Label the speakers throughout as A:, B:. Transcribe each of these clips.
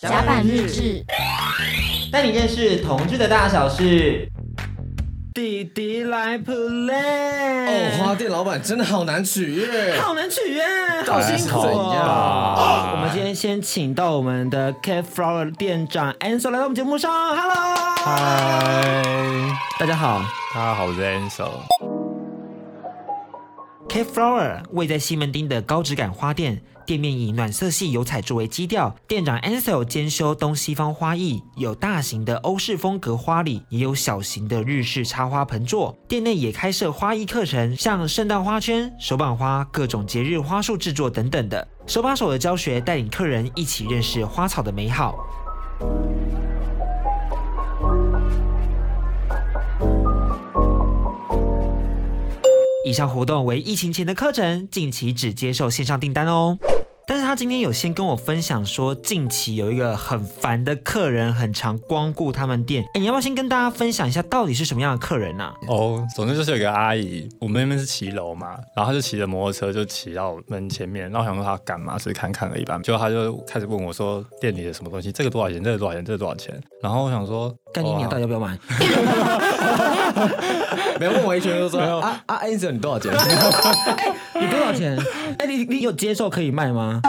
A: 甲板日志，
B: 带你认识同志的大小事。
C: 弟弟来 play，
D: 哦，花店老板真的好难取悦。
C: 好难取悦，
D: 到
C: 好
D: 底
C: 辛
D: 是
C: 苦
D: 怎
C: 哦。
D: 样？
C: 我们今天先请到我们的 Cat Flower 店长 Ansel 来到我们节目上，Hello，
E: 嗨，
C: 大家好。
E: 大家好，我是 Ansel。
C: Cat Flower 位在西门町的高质感花店，店面以暖色系油彩作为基调。店长 Ansel 兼修东西方花艺，有大型的欧式风格花礼，也有小型的日式插花盆座。店内也开设花艺课程，像圣诞花圈、手绑花、各种节日花束制作等等的。手把手的教学，带领客人一起认识花草的美好。以上活动为疫情前的课程，近期只接受线上订单哦。但是他今天有先跟我分享说，近期有一个很烦的客人，很常光顾他们店。哎，你要不要先跟大家分享一下，到底是什么样的客人啊呐、
E: 哦，总之就是有个阿姨，我们那边是骑楼嘛，然后她就骑着摩托车就骑到我们前面，然后我想说她干嘛，只是看看而已吧。结果她就开始问我说店里的什么东西，这个多少钱，这个多少钱，这个多少钱。然后我想说，
C: 干你
E: 哇
C: 娘，到底要不要买？
D: 没有问我一圈就说
E: 没有
D: 啊啊，Angel 你多少钱？
C: 你多少钱？哎，你你有接受可以卖吗？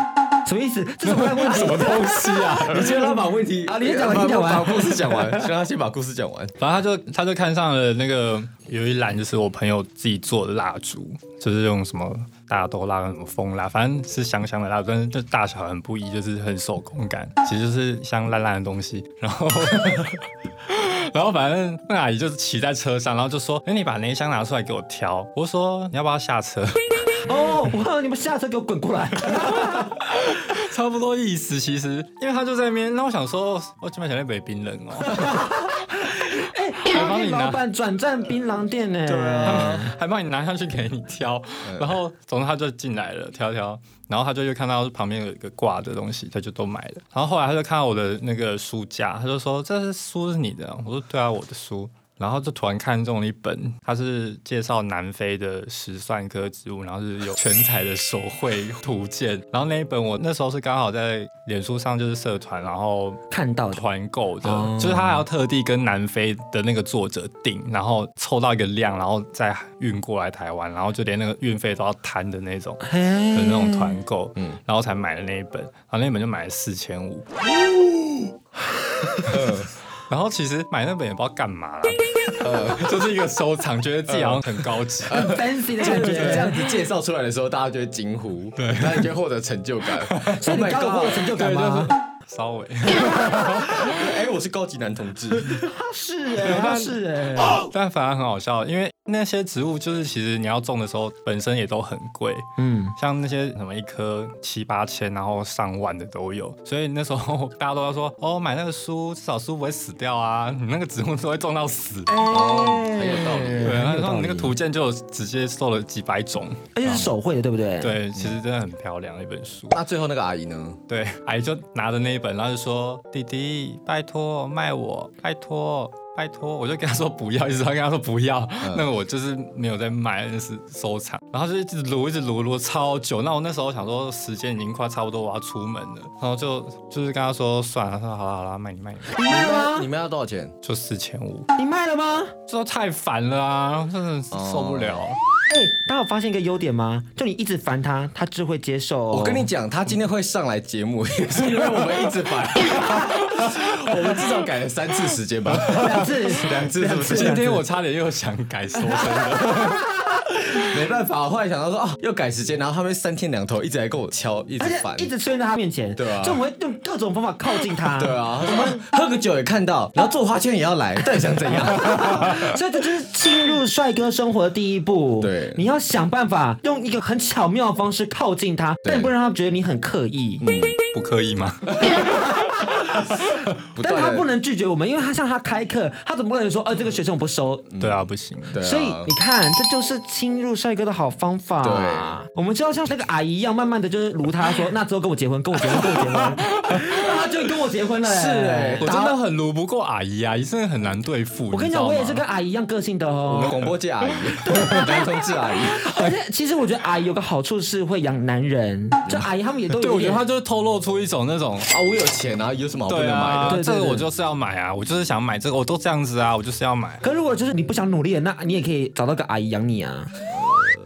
C: 什么意思？这什么烂问题？
E: 什么东西 啊？
D: 你先让他把问 题
C: 啊你先讲完
D: 把
C: 你讲完
D: 把故事讲完，让他先把故事讲完。
E: 反正他就他就看上了那个有一栏，就是我朋友自己做的蜡烛，就是用什么大豆蜡、什么蜂蜡，反正是香香的蜡烛，但是就大小很不一，就是很手工感，其实就是香烂烂的东西。然后， 然后反正那阿姨就是骑在车上，然后就说：“哎、你把那一箱拿出来给我挑。”我说：“你要不要下车？”
C: 哦，我靠！你们下车给我滚过来！
E: 差不多意思，其实，因为他就在那边，那我想说，我基本想在北冰冷哦。还帮你拿啊
C: 老板转战槟榔店呢？对
E: 还帮你拿下去给你挑，然后总之他就进来了，挑挑，然后他就又看到旁边有一个挂的东西，他就都买了。然后后来他就看到我的那个书架，他就说：“这是书是你的？”我说：“对啊，我的书。”然后就突然看中了一本，它是介绍南非的石蒜科植物，然后是有全彩的手绘图鉴。然后那一本我那时候是刚好在脸书上就是社团，然后
C: 看到 的。
E: 团购的，
C: 哦
E: 就是他还要特地跟南非的那个作者订，然后凑到一个量，然后再运过来台湾，然后就连那个运费都要摊的那种的
C: 嘿
E: 那种团购，嗯，然后才买了那一本，然后那一本就买了四 千五，然后其实买那本也不知道干嘛啦，
C: 嗯
E: 就是一个收藏，觉得自己好像很高级，
C: fancy 的
D: 感
C: 感
D: 觉哦这
C: 觉。
D: 样子介绍出来的时候，大家就会惊呼，对，那你就会获得成就感。
C: 所以你
D: Oh my
C: 刚有获得成就感吗？
E: 稍微。
D: 哎，我是高级男同志，
C: 是哎，他是哎。
E: 但反而很好笑，因为那些植物就是其实你要种的时候本身也都很贵，
C: 嗯，
E: 像那些什么一颗七八千，然后上万的都有，所以那时候大家都要说 哦，买那个书至少书不会死掉啊，你那个植物都会种到死。
C: 哎
D: 很哎有道理。
E: 对，然后你那个图鉴就有直接售了几百种，
C: 而且是手绘的，对不对？。
D: 嗯
E: 对，其实真的很漂亮的一本书。
D: 那最后那个阿姨呢？
E: 对，阿姨就拿着那一本，然后就说：“弟弟，拜托卖我，拜托。”拜托，我就跟他说不要，一直要跟他说不要。那个我就是没有在买，就是收藏。然后就一直撸，一直撸，撸超久。那我那时候想说，时间已经快差不多，我要出门了。然后就就是跟他说算了，他说好了好了，卖你卖你，
C: 你卖了
D: 你
C: 吗？
D: 们要多少钱？
E: 就四千五。
C: 你卖了吗？
E: 这都太烦了啊，真的是受不了。
C: 哎，大家有发现一个优点吗？就你一直烦他，他就会接受哦。
D: 我跟你讲，他今天会上来节目，也是因为我们一 直摆，我们至少改了三次时间吧。
C: 两次，
D: 两次 是不是
E: 今天我差点又想改，说真的，
D: 没办法，我后来想到说，哦，要改时间，然后他们三天两头一直来跟我敲，一直
C: 而
D: 烦
C: 且，一直出现在他面前，
D: 对啊
C: 就我们会用各种方法靠近他，
D: 对，啊，我们喝个酒也看到，然后做花圈也要来，到底想怎样？
C: 所以这就是侵入帅哥生活的第一步。
D: 对
C: 你要想办法用一个很巧妙的方式靠近他，但你不能让他觉得你很刻意，
D: 嗯
E: 不刻意吗？
C: 但他
D: 断地
C: 不能拒绝我们，因为他像他开课，他怎么可能说，呃，这个学生我不收，
E: 对啊，不行。
D: 对啊
C: 所以你看，这就是侵入帅哥的好方法。
D: 对，
C: 我们就要像那个阿姨一样，慢慢的就是如他说，那之后跟我结婚，跟我结婚，跟我结婚。
B: 他就跟我结婚了、欸。
D: 是哎、
E: 我真的很撸不过阿姨，阿姨真的很难对付。
C: 我跟你
E: 知
C: 讲，
E: 道
C: 我也
E: 吗
C: 是跟阿姨一样个性的
D: 我们
C: 哦。
D: 广播界阿姨，男同志阿姨，啊
C: 而且其实我觉得阿姨有个好处是会养男人，就阿姨他们也都
E: 对，我觉得
C: 她
E: 他就是透露出一种那种。
D: 啊，我有钱啊，有什么好不
E: 对
D: 能买
E: 啊
D: 的？
C: 对对，
E: 这个
C: 对
E: 我就是要买啊，我就是想买这个，我都这样子啊，我就是要买。
C: 可如果就是你不想努力了，那你也可以找到个阿姨养你啊。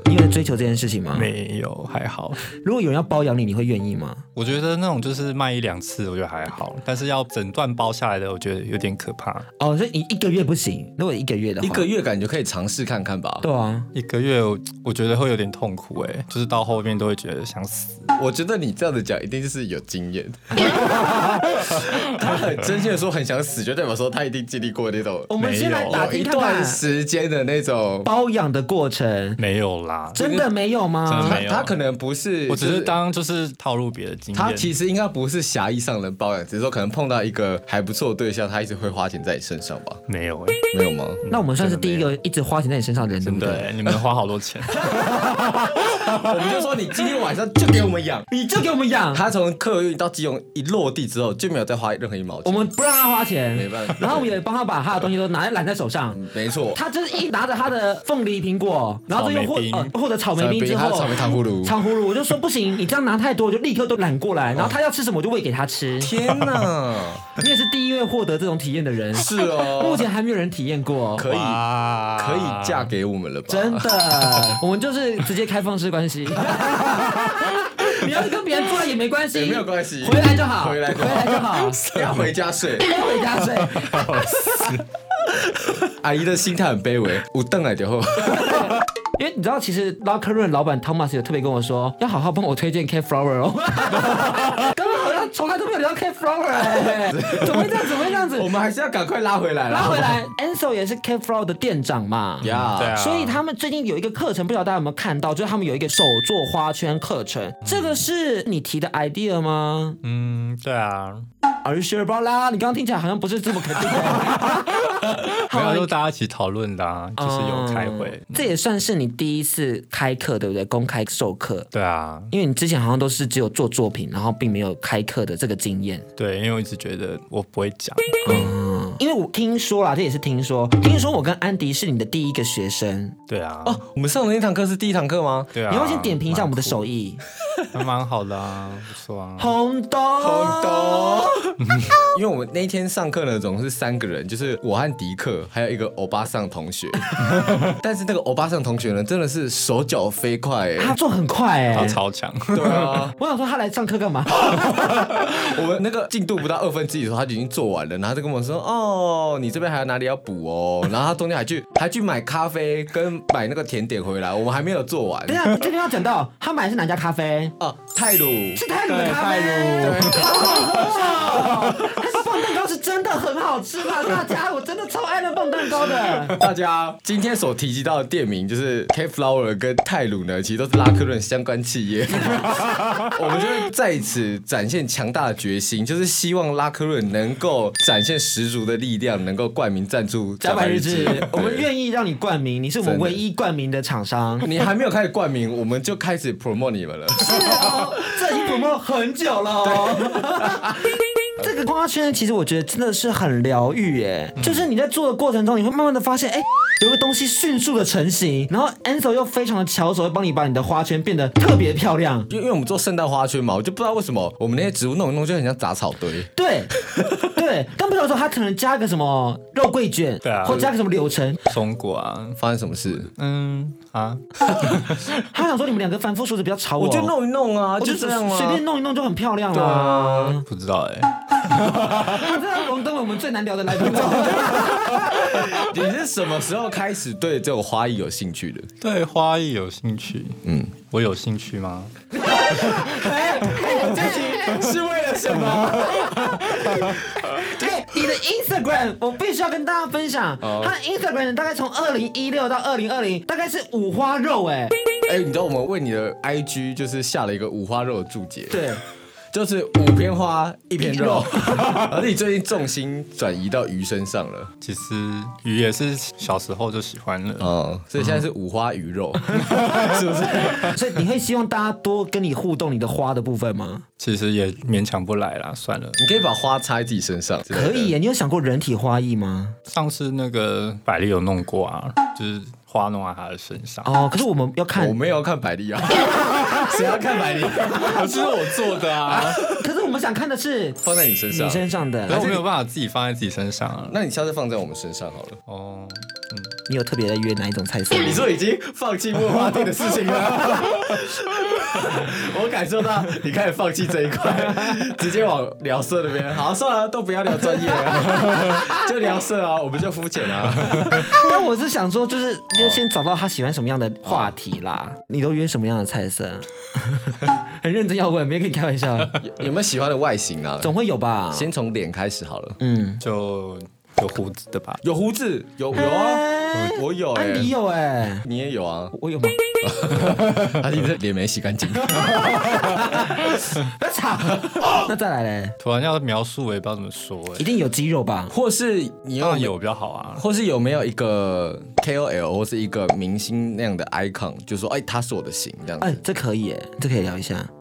C: 你有在追求这件事情吗？
E: 没有，还好。
C: 如果有人要包养你，你会愿意吗？
E: 我觉得那种就是卖一两次，我觉得还好，但是要整段包下来的，我觉得有点可怕。
C: 哦，所以你一个月不行。如果一个月的话，
D: 一个月感觉可以尝试看看吧。
C: 对啊，
E: 一个月我，我觉得会有点痛苦哎、就是到后面都会觉得想死。
D: 我觉得你这样子讲一定是有经 验。他很真心的说很想死，就代表说他一定经历过那种
C: 我们先来打
D: 有
C: 听
D: 一
C: 看看
D: 段时间的那种。
C: 包养的过程，
E: 没有啦，
C: 真的没有
E: 真
C: 吗
E: 的？
D: 他
E: 没有
D: 他可能不是，
E: 我只
D: 就是
E: 当就是套路别的经验。
D: 他其实应该不是狭义上的包养，只是说可能碰到一个还不错的对象，他一直会花钱在你身上吧？
E: 没有哎、
D: 没有吗？
C: 那我们算是第一个一直花钱在你身上的人，对不
E: 真的
C: 对？
E: 欸、你们花好多钱，
D: 我们就说你今天晚上就给我们养。
C: 你就给我们养，
D: 他从客运到基隆一落地之后就没有再花任何一毛
C: 我
D: 钱。
C: 们不让他花钱，
D: 没办法嗯
C: 然后我们也帮他把他的东西都拿在揽在手上。
D: 没错，
C: 他就是一拿着他的凤梨苹果，然后就又
E: 草
C: 获
E: 莓冰
C: 呃获得草莓冰之
D: 他
C: 后，
D: 草莓糖葫芦。哦
C: 糖葫芦，我就说不行，你这样拿太多，我就立刻都揽过来。然后他要吃什么，我就喂给他吃。
D: 天哪！
C: 你也是第一位获得这种体验的人，
D: 是哦，
C: 目前还没有人体验过，
D: 可以
E: 哇
D: 可以嫁给我们了吧？
C: 真 的，我们就是直接开放式关系。你要是跟别人做爱也没关系，
D: 也没有关系
C: 回来就好，
D: 回
C: 回
D: 来
C: 来
D: 就好
C: 就好，
D: 不 要回家睡。
C: 不要回家睡。
D: 阿姨的心态很卑微，我瞪了以后，
C: 因为你知道，其实 Locker Room 老板 Thomas 有特别跟我说，要好好帮我推荐 K Flower 哦。刚刚好像从来都没有聊到 K Flower，、哎， 怎么会这样？怎么会这样
D: 我
C: 子？
D: 们还是要赶快拉回来了。
C: 拉回来，Ansel 也是 K Flower 的店长嘛。
D: 呀，
E: 对啊，
C: 所以他们最近有一个课程，不知道大家有没有看到，就是他们有一个手做花圈课程，这个是你提的 idea 吗
E: 嗯，对啊，
C: ？Are you sure about that？你刚刚听起来好像不是这么肯定。
E: 没
C: 啊
E: 有就大家一起讨论的、啊， 就是有开会。
C: 嗯 这也算是你第一次开课，对不对？公开授课，
E: 对啊，
C: 因为你之前好像都是只有做作品，然后并没有开课的这个经验。
E: 对，因为我一直觉得我不会讲，嗯
C: 因为我听说啦，这也是听说，听说我跟安迪是你的第一个学生，
E: 对啊，
D: 哦，我们上的那堂课是第一堂课吗？
E: 对啊，
C: 你要不要先点评一下我们的手艺？
E: 还蛮好的啊，不错啊。
C: 红豆，红
D: 懂。 因为我们那一天上课呢，总共是三个人，就是我和迪克，还有一个欧巴桑同 学。但是那个欧巴桑同学呢，真的是手脚飞快
C: 他
D: 哎。
C: 做很快哎、
E: 他超强，
D: 对啊，
C: 我想说他来上课干 嘛？
D: 我们那个进度不到二分之一的时候，他就已经做完了，然后他就跟我说：“哦，你这边还有哪里要补哦？”然后他中间还去还去买咖啡跟买那个甜点回来，我们还没有做完
C: 等一下，这边要讲到他买的是哪家咖啡？
D: 哦，泰鲁。
C: 是泰鲁的咖 啡，好好喝哦！它的棒蛋糕是真的很好吃啦，大家，我真的超爱那棒蛋糕的。
D: 大家今天所提及到的店名就是 K Flower 跟泰鲁呢，其实都是拉克润相关企 业。我们就会在此展现强大的决心，就是希望拉克润能够展现十足的力量，能够冠名赞助
C: 甲板日
D: 志
C: 志。，我们
D: 对
C: 愿意让你冠名，你是我们唯一冠名的厂商。
D: 你还没有开始冠名，我们就开始 promote 你们了。
C: 是哦，这已经 promo 很久了哦。 这个花圈其实我觉得真的是很疗愈耶，就是你在做的过程中，你会慢慢的发现，哎、有个东西迅速的成型，然后 Ansel 又非常的巧手，会帮你把你的花圈变得特别漂亮。
D: 因为因为我们做圣诞花圈嘛，我就不知道为什么我们那些植物弄一弄就很像杂草堆。
C: 对，对，刚不是有说他可能加个什么肉桂卷，
E: 对啊
C: 或加个什么柳橙，
E: 中国啊，
D: 发生什么事？
E: 嗯啊，
C: 他想说你们两个凡夫俗子不要吵我，
D: 我就，弄一弄啊，
C: 我
D: 就
C: 就
D: 这样啊，
C: 随便弄一弄就很漂亮了、嗯
E: 不知道哎、
C: 他这样荣登了我们最难聊的来宾。
D: 你是什么时候开始对这种花艺有兴趣的？
E: 对花艺有兴趣，嗯，我有兴趣吗？
C: 哎哎这
D: 是为了什么？
C: 哎，你的 Instagram 我必须要跟大家分享，他的 Instagram 大概从二零一六到二零二零，大概是五花肉哎、
D: 哎、你知道我们为你的 IG 就是下了一个五花肉的注解，
C: 对，
D: 就是五片花一片肉。 而且你最近重心转移到鱼身上了，
E: 其实鱼也是小时候就喜欢了，
D: 哦，所以现在是五花鱼肉， 是不是？
C: 所以你会希望大家多跟你互动你的花的部分吗？
E: 其实也勉强不来啦，算了。
D: 你可以把花插在自己身上，
C: 可以耶，你有想过人体花艺吗？
E: 上次那个百丽有弄过啊，就是花弄在她的身上，
C: 哦，可是我们要看
D: 我，没有要看百丽啊， 谁要看 百丽？
E: 可是我做的啊，
C: 可是我们想看的 是
D: 放在你身上
C: 你，身上的
E: 可，是我没有办法自己放在自己身上啊。
D: 那你下次放在我们身上好了。
E: 哦，
C: 你有特别的约哪一种菜色？
D: 你说已经放弃木花地的事情了，我感受到你开始放弃这一块，直接往聊色那边。好，算了，都不要聊专业了，就聊色啊，我们就肤浅啊。
C: 但我是想说，就是
D: 哦
C: 要先找到他喜欢什么样的话题啦。你都约什么样的菜色？ 很认真要问，没有跟你开玩 笑，
D: 有有没有喜欢的外形啊？
C: 总会有吧？
D: 先从脸开始好了。
C: 嗯，
E: 就有胡子的吧。
D: 有胡子，有有啊，我我有、
C: 安迪
D: 欸，
C: 哎有哎，
D: 你也有啊，
C: 我有吗？
D: 他啊你的脸没洗干净。
C: 不要吵。哎 那再来嘞，
E: 突然要描述，我也不知道怎么说哎、
C: 一定有肌肉吧？
D: 或是你
E: 当
D: 要
E: 然有比较好啊。
D: 或是有没有一个 KOL 或是一个明星那样的 icon，就说哎、他是我的型这样子。
C: 哎，这可以哎，这可以聊一下。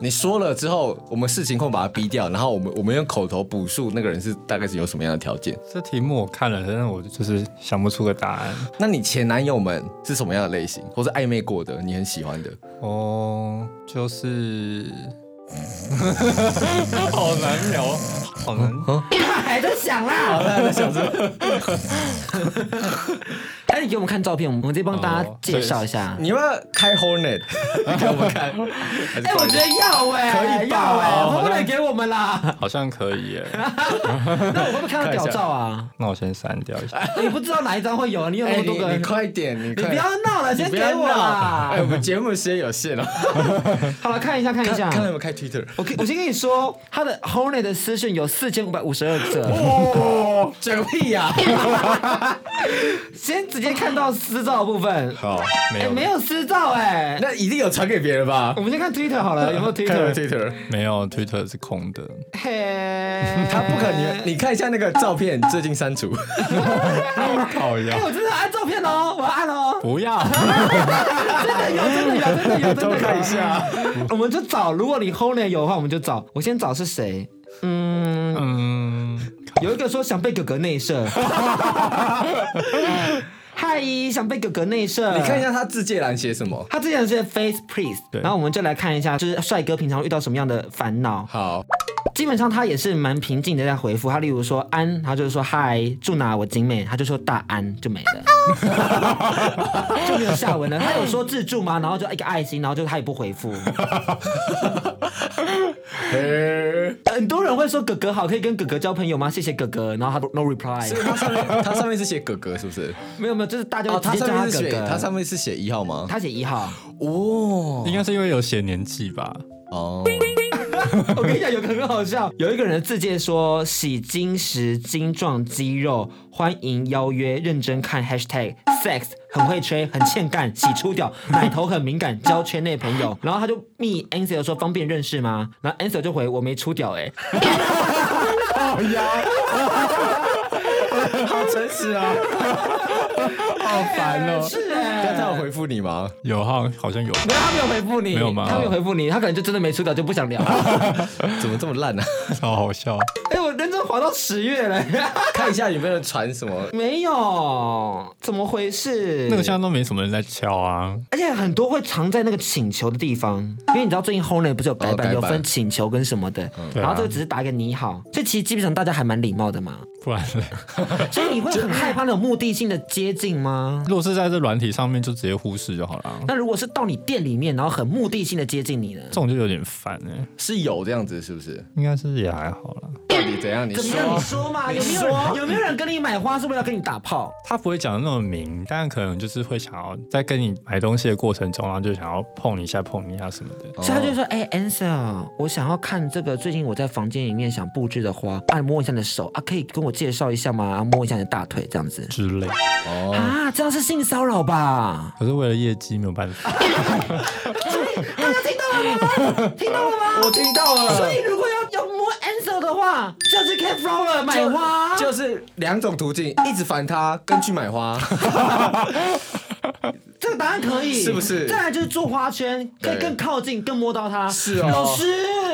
D: 你说了之后，我们事情控把他逼掉，然后我们我们用口头补述那个人是大概是有什么样的条件。
E: 这题目我看了，但是我就是想不出个答案。
D: 那你前男友们是什么样的类型，或是暧昧过的，你很喜欢的？
E: 哦，就是， 好难聊，好难。
C: 嗯还在想啦，还在想着。 哎，你给我们看照片，我们再帮大家
E: 哦
C: 介绍一下。
D: 你要不要开 Hornet 给我们看？
C: 哎，我觉得要哎，
D: 可以吧哦
C: 要哎，
D: 好
C: 会不能给我们啦？
E: 好像可以耶，
C: 那我会不会看到屌照啊？
E: 那我先删掉一下。
C: 你不知道哪一张会有，你有那
D: 哎、
C: 么
D: 你
C: 多个
D: 你，快点，你
C: 你
D: 快
C: 不要闹了，先
D: 你不
C: 给
D: 要
C: 我
D: 闹！哎、
C: 啦。
D: 我们节目时间有限了，
C: 好了，看一下，看一
D: 看
C: 下
D: 看。他有没有开 Twitter。
C: 我可我先跟你说，他的 Hornet 的私讯有四千五百五十二则，
D: 哦，整个屁呀、
C: 先直接看到私照的部分。
E: 好，没
C: 哎，
E: 有，
C: 没有私照哎。
D: 那一定有传给别人吧
C: 我？们先看 Twitter 好了，有没有
D: 看有没有
C: Twitter？
D: Twitter，
E: 没有，Twitter 是空的。
C: 嘿，
D: 他不可能。你看一下那个照片，最近删除。
E: 靠
C: 哎，
E: 呀！
C: 我真的按照片哦，我要按哦。
E: 不要，
C: 真的有，真的有，真的有，真的有。
D: 都看一下，
C: 我们就找，如果你 Hornet 有的话，我们就找。我先找是谁？嗯，
E: 嗯，
C: 有一个说想被哥哥内 射。嗨，想被哥哥内射。
D: 你看一下他自介栏写什么？
C: 他之前是 Face Priest，
E: 对
C: 然后我们就来看一下，就是帅哥平常遇到什么样的烦恼。
D: 好，
C: 基本上他也是蛮平静的在回复，他例如说安，他就是说嗨，住哪我景美，他就说大安就没了，就没有下文了。 他有说自助吗？然后就一个爱心，然后就他也不回 复。
D: 嘿
C: 很多人会说哥哥好，可以跟哥哥交朋友吗？谢谢哥哥，然后他 no reply，
D: 它上面它上面是写哥哥是不是？
C: 没有没有，就是大家
D: 哦，
C: 会直
D: 它
C: 接叫
D: 上面是
C: 哥
D: 写
C: 哥。
D: 它上面是写一号吗？
C: 他写一号，
D: 哦
E: 应该是因为有写年纪吧？
D: 哦，
C: 我跟你讲，有个很好笑，有一个人自荐说洗精石精壮肌肉，欢迎邀约，认真看 hashtag sex，很会吹，很欠干，洗出屌，奶头很敏感，交圈内朋友。然后他就密 Ansel 说方便认识吗？然后 Ansel 就回我没出屌哎、
D: 好诚实啊，好烦哦。
C: 是哎、
D: 但他有回复你吗？
E: 有哈，好像有。
C: 没有，他没有回复你，
E: 没有吗
C: 他没有回复你，他可能就真的没出屌，就不想 聊。
D: 怎么这么烂呢？啊
E: 超好笑。
C: 哎、我认真滑到十月了，
D: 看一下有没有人传什么？
C: 没有，怎么回事？
E: 那个现在都没什么人在敲啊，
C: 而且很多会藏在那个请求的地方，因为你知道最近 Hornet 不是有改版，
D: 哦改版
C: 有分请求跟什么的，
E: 对啊
C: 然后这个只是打一个你好，所以其实基本上大家还蛮礼貌的嘛。
E: 不然嘞，
C: 所以你会很害怕那种目的性的接近吗？
E: 如果是在这软体上面，就直接忽视就好了。
C: 那如果是到你店里面，然后很目的性的接近你呢
E: 这？种就有点烦哎、
D: 是有这样子是不是？
E: 应该是也还好啦。
D: 到底怎样？你
C: 怎么样？你
D: 说，
C: 说嘛，有没有人有没有人跟你买花是为了跟你打炮？
E: 他不会讲的那么明，但可能就是会想要在跟你买东西的过程中，然后就想要碰你一下、碰你一下什么的。
C: 所以他就说：“哎、a n s e l 我想要看这个最近我在房间里面想布置的花，啊，摸一下你的手啊，可以跟我介绍一下吗？啊，摸一下你的大腿这样子。
E: 之类，
D: 哦，
C: 啊，这样是性骚扰吧？
E: 可是为了业绩没有办 法。
C: 大家啊听到了吗？听到了吗？
D: 我听到
C: 所
D: 了，
C: 以如果要要摸 Ansel 的话，就要去 Cat Flower 买花。
D: 就是两种途径，一直烦他，跟去买花。
C: 这个答案可以，
D: 是不是
C: 再来就是做花圈，可以
D: 对
C: 更靠近，更摸到它。
D: 是哦
C: 老师，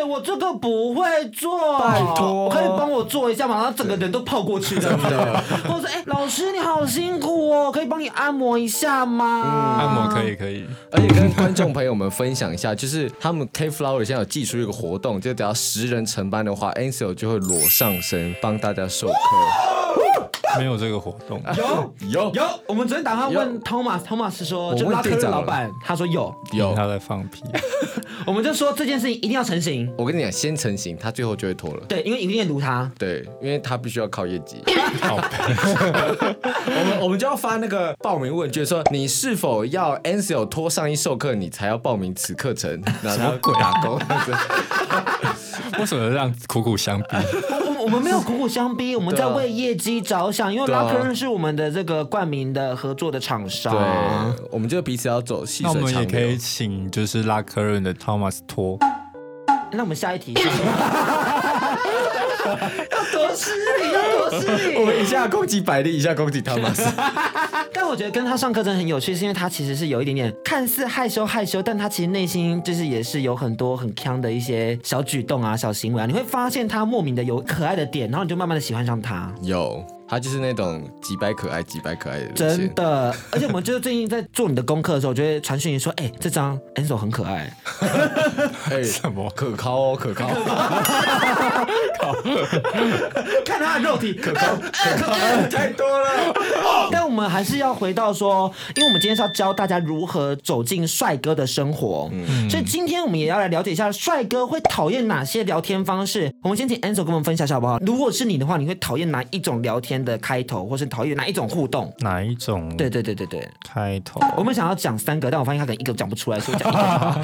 C: 我这个不会做，
D: 拜托
C: 可以帮我做一下吗？然后整个人都泡过去了。
D: 真的
C: 或者说，哎、老师你好辛苦哦，可以帮你按摩一下吗？
E: 按摩可以可以，
D: 而且跟观众朋友们分享一下，就是他们 K Flower 现在有寄出一个活动，就只要十人成班的话，Ansel 就会裸上身帮大家授课。
E: 没有这个活动。
C: 有
D: 嗯有
C: 有，我们昨天打电话问
D: 有
C: Thomas，Thomas 是说
D: 我
C: 就
D: 问
C: 拉客
D: 店
C: 人
D: 长
C: 老
D: 了
C: 板，他说有，
D: 有，
E: 他在放屁，
C: 我们就说这件事情一定要成型，
D: 我跟你讲，先成型，他最后就会脱了。
C: 对，因为一定要读他。
D: 对，因为他必须要靠业绩。
E: 靠背。
D: 我们我们就要发那个报名问卷，说你是否要 Ansel 脱上衣授课，你才要报名此课 程。什
E: 么鬼啊
D: 打工？对
E: 为什么让苦 苦相逼？
C: 我我我们没有苦苦相逼，我们在为业绩着想，因为
D: 啊对啊
C: Locker Room 是我们的这个冠名的合作的厂 商。
D: 对，我们就彼此要走细
E: 那我
D: 水
E: 们也
D: 长
E: 可以
D: 流。
E: 请就是拉科润的 Thomas 托，
C: 那我们下一题。 要多失礼，要多失
D: 我
C: 礼。
D: 们一下攻击百丽，一下攻击汤马 斯。
C: 但我觉得跟他上课真的很有趣，是因为他其实是有一点点看似害羞害羞，但他其实内心就是也是有很多很腔的一些小举动啊、小行为啊。你会发现他莫名的有可爱的点，然后你就慢慢的喜欢上他。
D: 有，他就是那种几百可爱、几百可爱的路线
C: 真的，而且我们就是最近在做你的功课的时候，我就会传讯息说，哎、这张 Enzo 很可爱。
D: 哎，
E: 什么
D: 可靠哦，可靠，
C: 看他的肉体，哦可 靠。
D: 太多了。
C: 但我们还是要回到说，因为我们今天是要教大家如何走进帅哥的生活，所以今天我们也要来了解一下帅哥会讨厌哪些聊天方式。我们先请 Ansel 跟我们分享一下好不好？如果是你的话，你会讨厌哪一种聊天的开头，或是讨厌哪一种互动？
E: 哪一种
C: 对对对对对，
E: 开头？
C: 我们想要讲三个，但我发现他可能一个讲不出来，所以讲一个。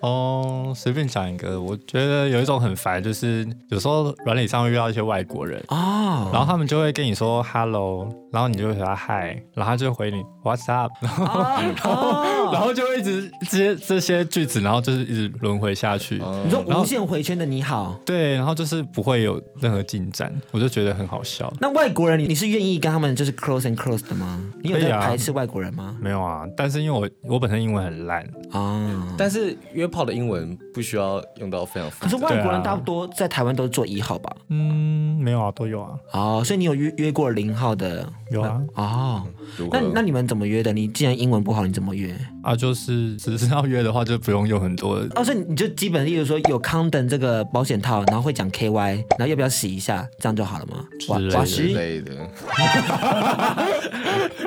E: 哦，随便讲一个，我觉得有一种很烦，就是有时候软体上会遇到一些外国人，
C: 哦，
E: 然后他们就会跟你说 hello，然后你就会回他 hi，然后他就回你 what's up，然 后、
C: 哦
E: 然后就会一直接这些句子，然后就是一直轮回下去。
C: 你说无限回圈的你好，
E: 对，然后就是不会有任何进展，我就觉得很好笑。
C: 那外国人你你是愿意跟他们就是 close and close 的吗？你有
E: 可
C: 在
E: 以啊
C: 排斥外国人吗？
E: 没有啊，但是因为我我本身英文很烂，
C: 啊。
D: 但是约炮的英文不需要用到非常复
C: 可是
D: 杂。
C: 外国人大多在台湾都是做一号吧？
E: 嗯，没有啊，都有啊，
C: 哦，所以你有约约过零号的
E: 有啊，
C: 哦？
D: 嗯如
C: 那那
D: 何？
C: 你们怎么约的？你既然英文不好，你怎么约？
E: 啊，就是只是要约的话，就不用用很多的。
C: 哦，所以你就基本，例如说有 condom 这个保险套，然后会讲 KY，然后要不要洗一下，这样就好了吗？哇
E: 之类的
C: 哇
D: 之
C: 洗
D: 类的。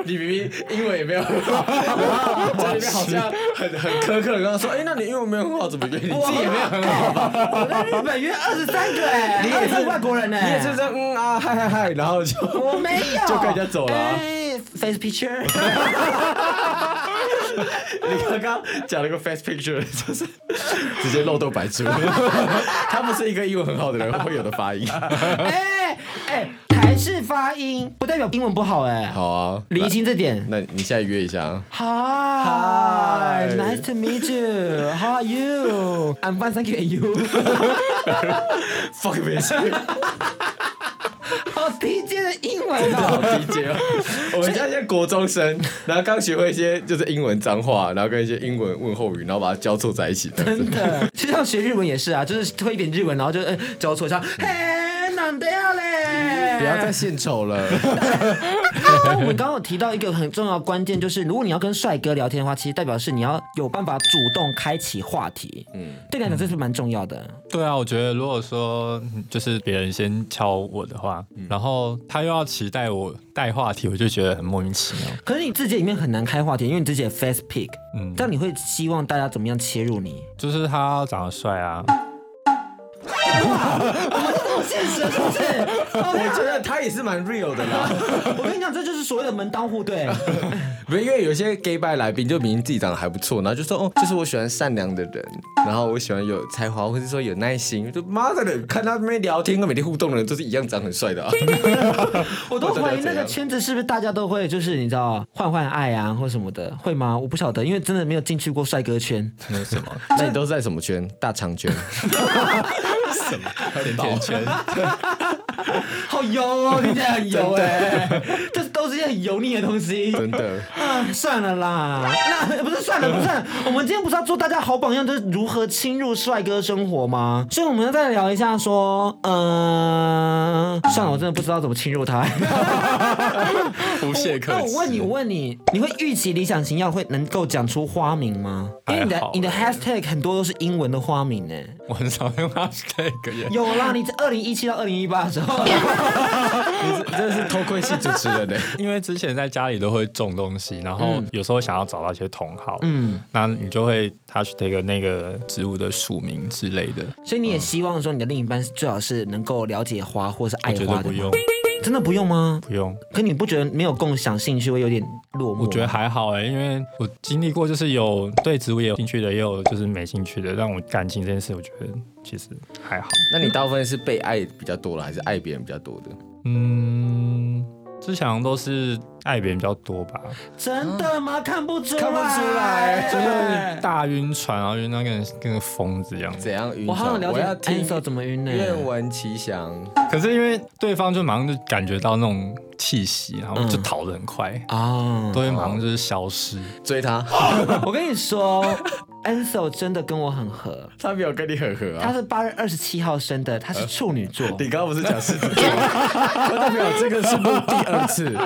D: 你明明英文也没有很好，在里面好像很很苛刻的跟他说，哎，那你英文没有很好，怎么约？你自己也没 有很好吧？
C: 我在日本约二十三个哎，你也是外国人
D: 你也是这样嗯啊嗨嗨嗨，然后就
C: 我没有，
D: 就跟人家走了啊
C: 哎，face picture，
D: 你刚刚讲了个 face picture，就是直接漏洞百出。他不是一个英文很好的人会有的发音。
C: 哎哎，台式发音不代表英文不好哎，
D: 好啊，
C: 厘清这点。
D: 那你现在约一下啊。
C: Hi,
D: Hi.
C: nice to meet you. How are you? I'm fine, thank you. And you?
D: Fuck me，
C: 好低阶的英文
D: 好
C: 哦。
D: 低阶哦。 我们家现在国中生，然后刚学会一些就是英文脏话，然后跟一些英文问候语，然后把它交错在一起。
C: 真的，就像学日文也是啊，就是会一点日文，然后就呃交错一下，嘿，难得呀嘞。
D: 不要再献丑了。
C: 但我们刚刚有提到一个很重要的关键，就是如果你要跟帅哥聊天的话，其实代表是你要有办法主动开启话题。嗯，对你来讲这是蛮重要的。
E: 对啊，我觉得如果说就是别人先敲我的话，
C: 嗯
E: 然后他又要期待我带话题，我就觉得很莫名其妙。
C: 可是你自己里面很难开话题，因为你自己也 face pick，嗯，但你会希望大家怎么样切入你？
E: 就是他长得帅啊，
B: 健身是不是？
D: 我觉得他也是蛮 real 的啦。
C: 我跟你讲，这就是所谓的门当户对。
D: 不是因为有些 gay bye 来宾就明明自己长得还不错，然后就说哦，就是我喜欢善良的人，然后我喜欢有才华或者说有耐心。就妈的人，看他那边聊天跟每天互动的人都是一样长很帅的啊。
C: 我都怀疑那个圈子是不是大家都会，就是你知道换换爱啊或什么的，会吗？我不晓得，因为真的没有进去过帅哥圈。
E: 那什么
D: 那你都是在什么圈？大肠圈。
E: 甜甜圈，
C: 好油哦，听起来很油 哎、这都是一些很油腻的东西。
D: 真 的，
C: 啊，算了啦，那呃不是算了，不是算了。 我们今天不是要做大家好榜样，就是如何侵入帅哥生活吗？所以我们要再聊一下，说，嗯、算了，我真的不知道怎么侵入他。
E: 无懈可击。
C: 那我问你，我问你，你会预期理想型要会能够讲出花名吗？因为你
E: 还
C: 的
E: 好欸
C: 你的 hashtag 很多都是英文的花名呢、
E: 我很少用 hashtag 耶。
C: 有啦，你在二零一七到二零一八的时候，
D: 你真的是偷窥系主持人呢、欸
E: 因为之前在家里都会种东西，然
C: 嗯
E: 后有时候想要找到一些同好，嗯，那你就会 hashtag 那个植物的属名之类的，
C: 所以你也希望说你的另一半最好是能够了解花或是爱
E: 我觉
C: 花
E: 得
C: 的
E: 不
C: 吗
E: 用？
C: 真的不用吗？
E: 不用，
C: 可你不觉得没有共享兴趣会有点落寞？
E: 我觉得还好哎、因为我经历过，就是有对植物也有兴趣的，也有就是没兴趣的，但我感情这件事，我觉得其实还好，
D: 那你大部分是被爱比较多了，还是爱别人比较多的？
E: 嗯，之前好像都是爱别人比较多吧，
C: 真的吗？看不出来，
D: 啊看不出来
E: 就是大晕船，然后晕到跟跟个疯子一样，
D: 怎样晕船？
C: 我好想了
D: 我要
C: 解 a
D: 听
C: n s 怎么晕呢？
D: 愿闻其详。
E: 可是因为对方就马上就感觉到那种气息，然后就
C: 嗯
E: 逃得很快。
C: 啊，
E: 都会马上就是消失。
D: 追他，
C: 我跟你说 a n s e l 真的跟我很合，
D: 他没有跟你很合
C: 他
D: 啊。
C: 是八月二十七号生的，
D: 呃
C: 他是处女 座。
D: 你刚刚不是讲狮子 座？观众朋友，这个是录第二次，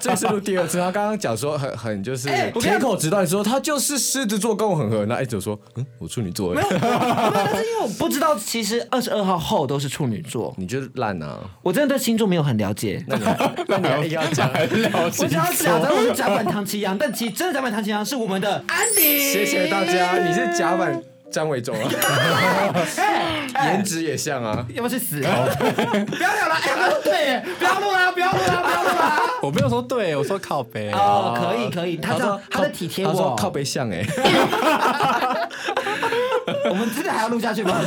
D: 这个是录第二次。他刚刚讲说很很就是
C: 哎我跟你
D: 铁口直断说他就是狮子座跟我很合，那一直说嗯我处女座欸，
C: 但是因为我不知道，其实二十二号后都是处女座，
D: 你就是烂啊！
C: 我真的对星座没有很了解。
D: 那你还那你还硬要 讲，
C: 哎
E: 嗯
C: 我只要假装我是甲板唐奇阳，但其实真的甲板唐奇阳是我们的哎安迪。
D: 谢谢大家，你是甲板张伟 忠啊，
C: 哎
D: 颜值也像啊。
C: 要不要去 死？不要聊了，哎，他说对耶，不要录啦，不要录啦，不要录啦。
E: 我没有说对，我说靠北。
C: 哦，可以可以，他
D: 他
C: 这样
D: 说
C: 他在体贴
D: 他说
C: 我。
D: 靠背像哎，
C: 我们真的还要录下去 吗？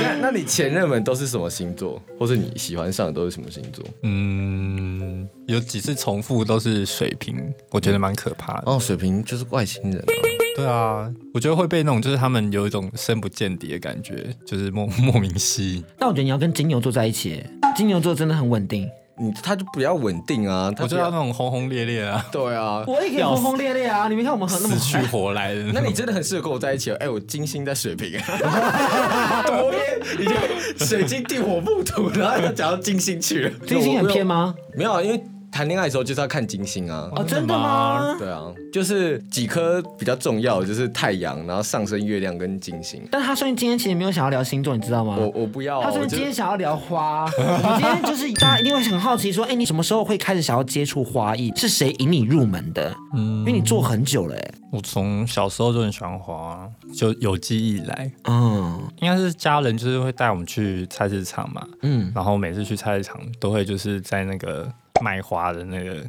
D: 那那你前任们都是什么星座，或是你喜欢上的都是什么星座？
E: 嗯，有几次重复都是水瓶，我觉得蛮可怕的。
D: 哦，水瓶就是外星人啊。
E: 对啊，我觉得会被那种就是他们有一种深不见底的感觉，就是莫 莫名吸引。
C: 那我觉得你要跟金牛座在一起耶，金牛座真的很稳定。
D: 你他就比较稳定啊，他
E: 我
D: 比
E: 就
D: 较
E: 要那种轰轰烈烈啊，
D: 对 啊。
C: 我也可以轰轰烈烈啊！你们看我们很那么
E: 死去活来的
D: 那
E: 那
D: 你
E: 种。
D: 真的很适合跟我在一起哦！哎、我金星在水瓶， 多偏，已经水晶地火木土，然后又讲到金星去了。
C: 金星很偏
D: 吗？
C: 吗？
D: 没有，啊，因为谈恋爱的时候就是要看金星啊。
C: 哦，真
E: 真
C: 的
E: 的
C: 吗
E: 吗？
D: 对啊，就是几颗比较重要的，就是太阳，然后上升月亮跟金星。
C: 但他说你今天其实没有想要聊星座，你知道吗？
D: 我我不要、
C: 他
D: 啊，
C: 说
D: 我
C: 你今
D: 就
C: 天想要聊 花，我今天就是大家一定会很好奇说，哎、你什么时候会开始想要接触花艺？是谁引你入门的？因为你做很久了、哎，
E: 我从小时候就很喜欢花，就有记忆以来，
C: 嗯
E: 应该是家人就是会带我们去菜市场嘛，
C: 嗯，
E: 然后每次去菜市场都会就是在那个卖花的那个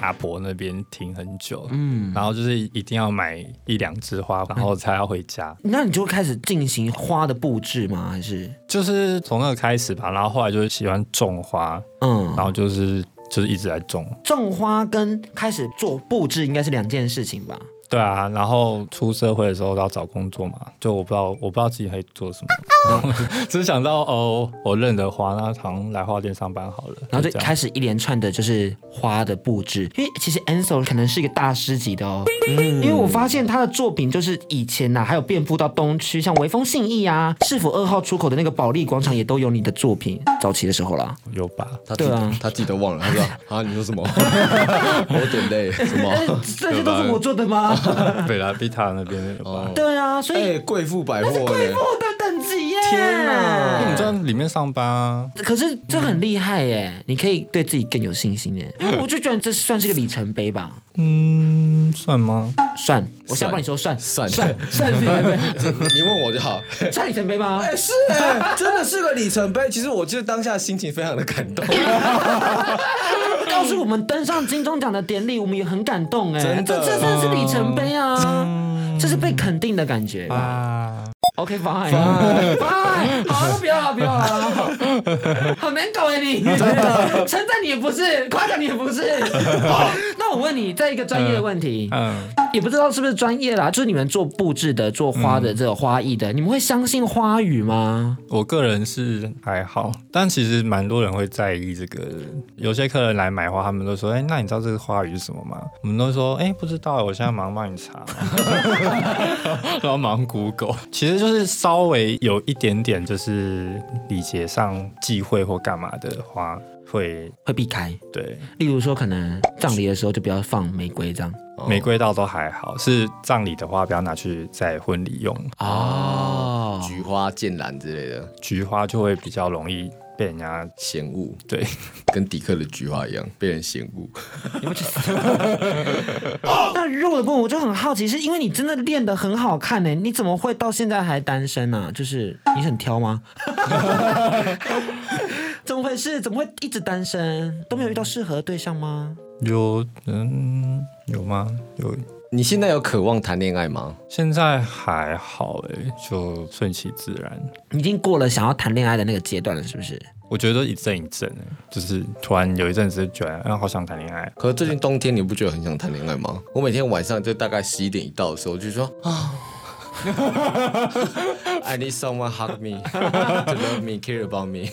E: 阿婆那边停很久，嗯，然后就是一定要买一两枝花，然后才要回家，
C: 那你就开始进行花的布置吗？还是
E: 就是从那个开始吧。然后后来就是喜欢种花，
C: 嗯
E: 然，后就是就是一直在种，
C: 种花跟开始做布置应该是两件事情吧？
E: 对啊。然后出社会的时候要找工作嘛，就我不知道我不知道自己可以做什么， 然后只是想到哦，我认得花，那常来花店上班好了，
C: 然后
E: 这
C: 就
B: 啊
E: 样
C: 开始一连串的就是花的布置，因为其实 Ansel 可能是一个大师级的哦，
B: 嗯
C: 因为我发现他的作品就是以前啊呐、还有遍布到东区，像微风信义啊、市府二号出口的那个保利广场也都有你的作品，早期的时候啦。
E: 有 吧。
D: 他自己、
C: 对啊
D: 他自己都忘了， 他说啊，你说什么？我有点累，什么？
C: 哎这些都是我做的 吗？
E: 北拉比塔那边有 吧？
C: 对啊，所以
D: 哎哎、贵妇百货呢、
C: 贵妇的等级耶，
B: 天
E: 因为
B: 哪！
E: 你在里面上班啊，
C: 可是这很厉害耶，你可以对自己更有信心耶，因为我就觉得这算是个里程碑吧。
E: 嗯，算吗？
C: 算，我想
D: 算
C: 帮你说算
D: 算
C: 算算 是里程碑，
D: 你问我就好。
C: 算里程碑吗？
D: 哎，是哎，真的是个里程碑。其实我就是当下心情非常的感动，
C: 告诉我们登上金钟奖的典礼，我们也很感动哎，
D: 真的嗯
C: 这这真的是里程碑啊，这是被肯定的感觉。
E: 啊，
C: OK fine fine，好了，不要了，不要了，好难搞哎你， 称赞你也不是，夸奖你也不是。好，那我问你，再一个专业的问题，啊
E: 嗯，
C: 也不知道是不是专业啦，就是你们做布置的、做花
D: 嗯
C: 的、这个花艺的，你们会相信花语吗？
E: 我个人是还好，但其实蛮多人会在意这个。有些客人来买花，他们都说：“哎、那你知道这个花语是什么吗？”我们都说：“哎、不知道，我现在马上帮你查。” 然后忙 Google，其实就是稍微有一点点就是礼节上忌讳或干嘛的花，会
C: 会避开，
E: 对
C: 例如说可能葬礼的时候就不要放玫瑰这样。
E: 玫瑰倒都还好，是葬礼的话不要拿去在婚礼用，
C: 哦，
D: 菊花、剑兰之类的
E: 菊花就会比较容易被人家
D: 嫌恶，
E: 对。
D: 跟迪克的菊花一样被人嫌恶。
C: 哦那肉的部分我就很好奇，是因为你真的练得很好看呢，你怎么会到现在还单身呢、就是你很挑吗？怎么回事？怎么会一直单身？都没有遇到适合的对象吗？
E: 有嗯有吗？有，
D: 你现在有渴望谈恋爱吗？
E: 现在还好哎、就顺其自然。
C: 你已经过了想要谈恋爱的那个阶段了，是不是？
E: 我觉得一阵一阵哎、就是突然有一阵子就觉得，嗯，好想谈恋爱。
D: 可是最近冬天，你不觉得很想谈恋爱吗？我每天晚上就大概十一点一到的时候，我 就说啊。I need someone hug me, to love me, care about me。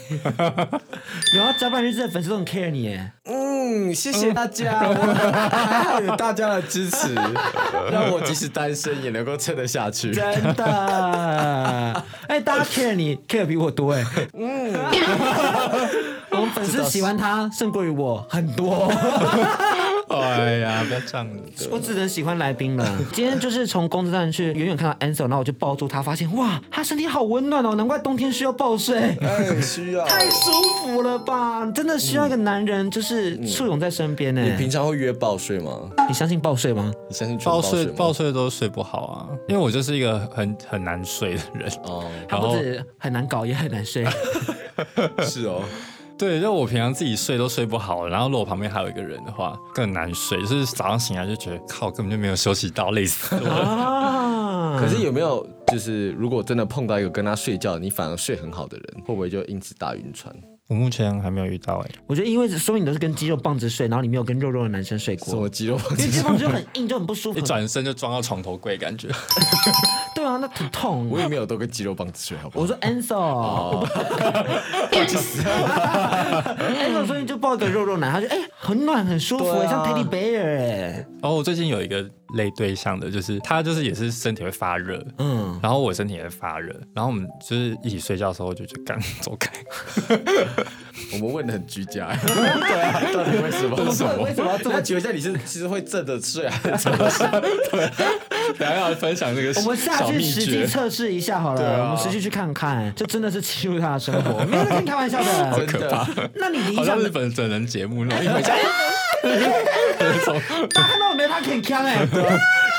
C: 有啊，甲板日志的粉丝都很 care 你耶。
D: 嗯，谢谢大家，我有 大家的支持， 让我即使单身也能够撑得下去。
C: 真的， 哎，大家 care 你 care 比我多哎，嗯， 我们粉丝喜欢他胜过于我很 多，
E: 哎呀，不要这样子。
C: 我只能喜欢来宾了。今天就是从工作站去，远远看到 Ansel，然后我就抱住他，发现哇，他身体好温暖哦，难怪冬天需要抱睡，
D: 哎，需要。
C: 太舒服了吧！嗯真的需要一个男人，就是簇拥在身边呢。哎
D: 你平常会约报睡吗？
C: 你相信抱睡吗？
D: 你相信纯
E: 报
D: 睡
E: 睡
D: 吗
E: 报睡都睡不好啊，因为我就是一个很很难睡的人。
D: 哦，
C: 他不止很难搞，也很难 睡。
D: 是哦，
E: 对，就我平常自己睡都睡不好，然后如果旁边还有一个人的话，更难睡。就是早上醒来就觉得靠，根本就没有休息到，累死我了。
C: 啊
D: 可是有没有就是如果真的碰到一个跟他睡觉，你反而睡很好的人，会不会就因此大晕船？
E: 我目前还没有遇到哎、
C: 我觉得因为说明你都是跟肌肉棒子睡，然后你没有跟肉肉的男生睡
D: 什
C: 过
D: 么。肌肉放
C: 因为
D: 弃
C: 肌？肉棒子就很硬，就很不舒服
E: 一。转身就撞到床头柜，感觉。
C: 对啊，那很痛
D: 我。也没有都跟肌肉棒子睡，好不好？
C: 我
E: 哦
C: 说 Ansel，Ansel
E: 嗯
C: 说你就抱一个肉肉男，他就哎、很暖很舒服、
D: 对啊
C: 像 teddy bear 哎、
E: 然后我最近有一个类对象的，就是他就是也是身体会发热，
C: 嗯，
E: 然后我身体也会发热，然后我们就是一起睡觉的时候我就就干走开，
D: 我们问的很居家， 对啊，到底为什么？为什么？为什 么要这么？觉得你是其实会正着睡还是侧着睡？
E: 然后要分享这个
C: 我们下
E: 小
C: 去
E: 秘
C: 实际
E: 诀。
C: 测试一下好了，
D: 啊
C: 我们实际去看看，就真的是侵入他的生活，没有在跟你开玩笑 的。
D: 可怕！
C: 那你理
E: 好像
C: 想
E: 日
C: 的，
E: 本整人节目那种，一回家
C: 大家看到我没有他很强 哎、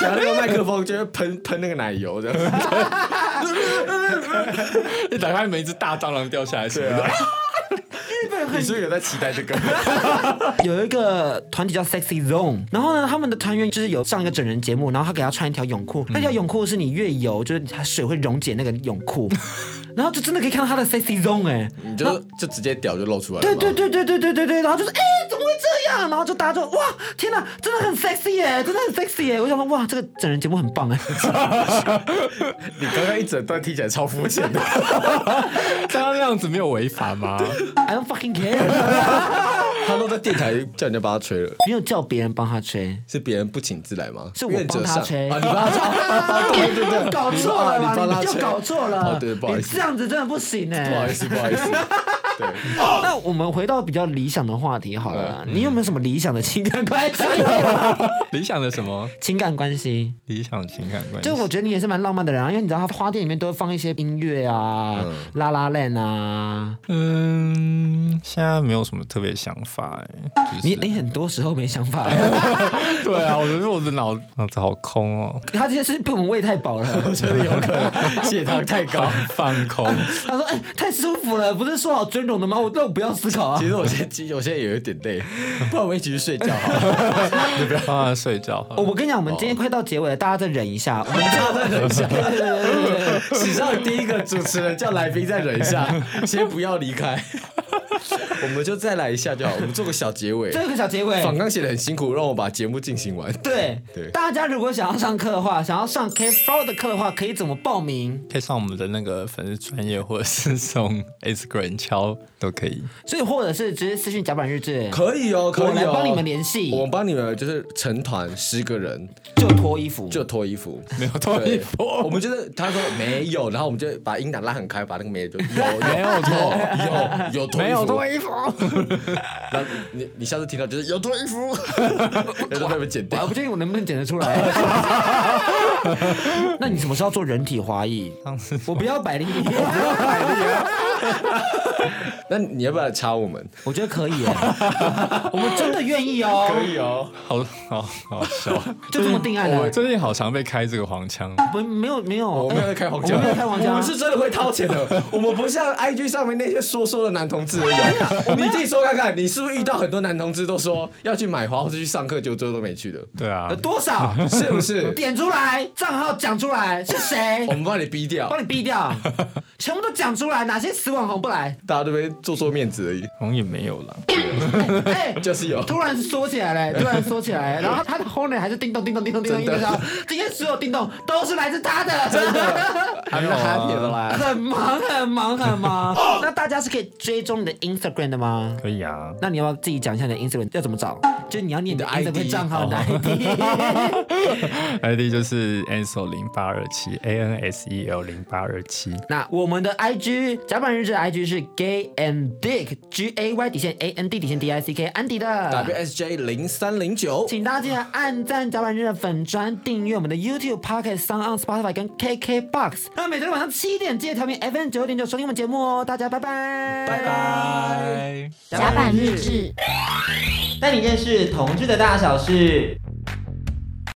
D: 然后那个麦克风就会喷喷那个奶油的，
E: 一打开门，一只大蟑螂掉下来什么的，
C: 日 本很
D: 啊你是不是有在期待这个？
C: 有一个团体叫 Sexy Zone，然后呢，他们的团员就是有上一个整人节目，然后他给他穿一条泳裤，
E: 嗯
C: 那条泳裤是你越游，就是它水会溶解那个泳 裤，然后就真的可以看到他的 Sexy Zone 哎、
D: 你就就直接屌就露出来
C: 对
D: 了。
C: 对。对对对对对对，然后就是哎、怎么会这样？然后就大家就哇，天哪，真的很 sexy 哎、真的很 sexy 哎、我想说哇，这个整人节目很棒哎、
D: 你刚刚一整段听起来超肤浅的，
E: 刚刚那样子没有违法吗？
C: i don't fucking care，
D: 他都在电台叫人家帮他吹了，
C: 没有叫别人帮他吹。
D: 是别人不请自来吗？
C: 是我帮他吹
D: 愿者上啊，你帮 他吹，对对对，
C: 搞错了
D: 啊你
C: 吧？
D: 帮
C: 你
D: 他
C: 就
D: 吹，
C: 搞错了，
D: 哦对不好意思
C: 你这样子真的不行哎、
D: 不好意思，不好意思，对，
C: 那我们回到比较理想的话题好了啦，
D: 嗯
C: 你有没有什么理想的情感关 系？
E: 理想的什么
C: 情感关系，
D: 嗯
E: 理想情感关系？
C: 就我觉得你也是蛮浪漫的人啊，因为你知道他花店里面都会放一些音乐啊，
D: 嗯
C: 啦啦链啊，
E: 嗯，现在没有什么特别想法哎、就是
C: 你你很多时候没想法，
E: 对啊，我觉得我的脑脑子好空哦，
C: 他这件事被我们喂太饱了， 我觉得有可能。
D: 血糖太高。
E: 放空。
C: 他说：“哎、太舒服了，不是说好尊荣的吗？我那我不要思考啊
D: 其。实我现在我现在也有点累，不然我们一起去睡觉好了。
E: 你不要让他睡觉好了。
C: 哦”我跟你讲，我们今天快到结尾了，大家再忍一下。我们
D: 大家再忍一下，史上第一个主持人叫来宾再忍一下， 先不要离开，我们就再来一下就好，我们做个小结尾。
C: 最后一个小结尾，
D: 仿纲写的很辛苦，让我把节目进行完。
C: 对
D: 啊对
C: 大家如果想要上课的话，想要上 K Flow 的课的话，可以怎么报名？
E: 可以上我们的那个粉丝专业，或者是 从 Instagram 敲都可以。
C: 所以或者是直接私信甲板日志，
D: 可以哦，可以哦，
C: 我来帮你们联系
D: 我帮你们就是成团十个人
C: 就脱衣服。
D: 就脱衣服，
E: 没有脱衣服
D: 对我们就是他说没有，然后我们就把音档拉很开，把那个没有就有没有脱有有脱衣服，
E: 衣服，
D: 然后你你下次听到就是有脱衣服，然后被我们剪
C: 我还
D: 掉。
C: 啊不确定我能不能剪得出来。 那你什么时候做人体滑移？我不要百灵果，
D: 那你要不要插我们？
C: 我觉得可以耶， 我们真的愿意哦，
D: 以哦，
E: 好好好笑。
C: 就这么定案
E: 我
C: 了。
E: 最近好常被开这个黄腔，
C: 不，没有没有，
D: 我们
C: 哎
D: 要开黄
C: 我
D: 腔，
C: 们没有开黄腔啊
D: 我们是真的会掏钱的，我们不像 IG 上面那些说说的男同志而已。你自己说看看，你是不是遇到很多男同志都说要去买花或者去上课，就最后都没去的，
E: 对啊
C: 有，呃多少？
D: 是不 是？
C: 点出来，账号讲出来是谁
D: 我？们帮你逼掉，
C: 帮你逼 掉，全部都讲出来，哪些死网红不来？
D: 大家都被做做面子而已，
E: 好像也没有啦。
C: 哎、
D: 就是有。
C: 突然缩起来了，突然缩起来了，然后他的 h 呢还是叮咚叮咚叮咚叮咚一个响，今天所有叮咚都是来自他的，真的。
D: 还是
E: 没有啊
D: happy 的啦，
C: 很忙很忙很忙。那大家是可以追踪你的 Instagram 的吗？
E: 可以啊，
C: 那你要不要自己讲一下你的 Instagram 要怎么找？就你要念你的
D: 你的 ID
C: Instagram 账号的 ID。
E: ID 就是 Ansel 零八二七 A N S E L 零八二七。
C: 那我们的 IG 甲板日志的 IG 是 Gay and Dick G A Y 底线 A N D 底线 D I C K 安迪的。
D: WSJ 零三零九，
C: 请大家记得按赞甲板日志的粉砖，订阅我们的 YouTube、Pocket、s o n On、Spotify 跟 KK Box。那每周六晚上七点记得调频 FM 九点九收听我们节目哦，大家拜拜，拜
E: 拜。
A: 甲板日志。
B: 带你认识同志的大小事。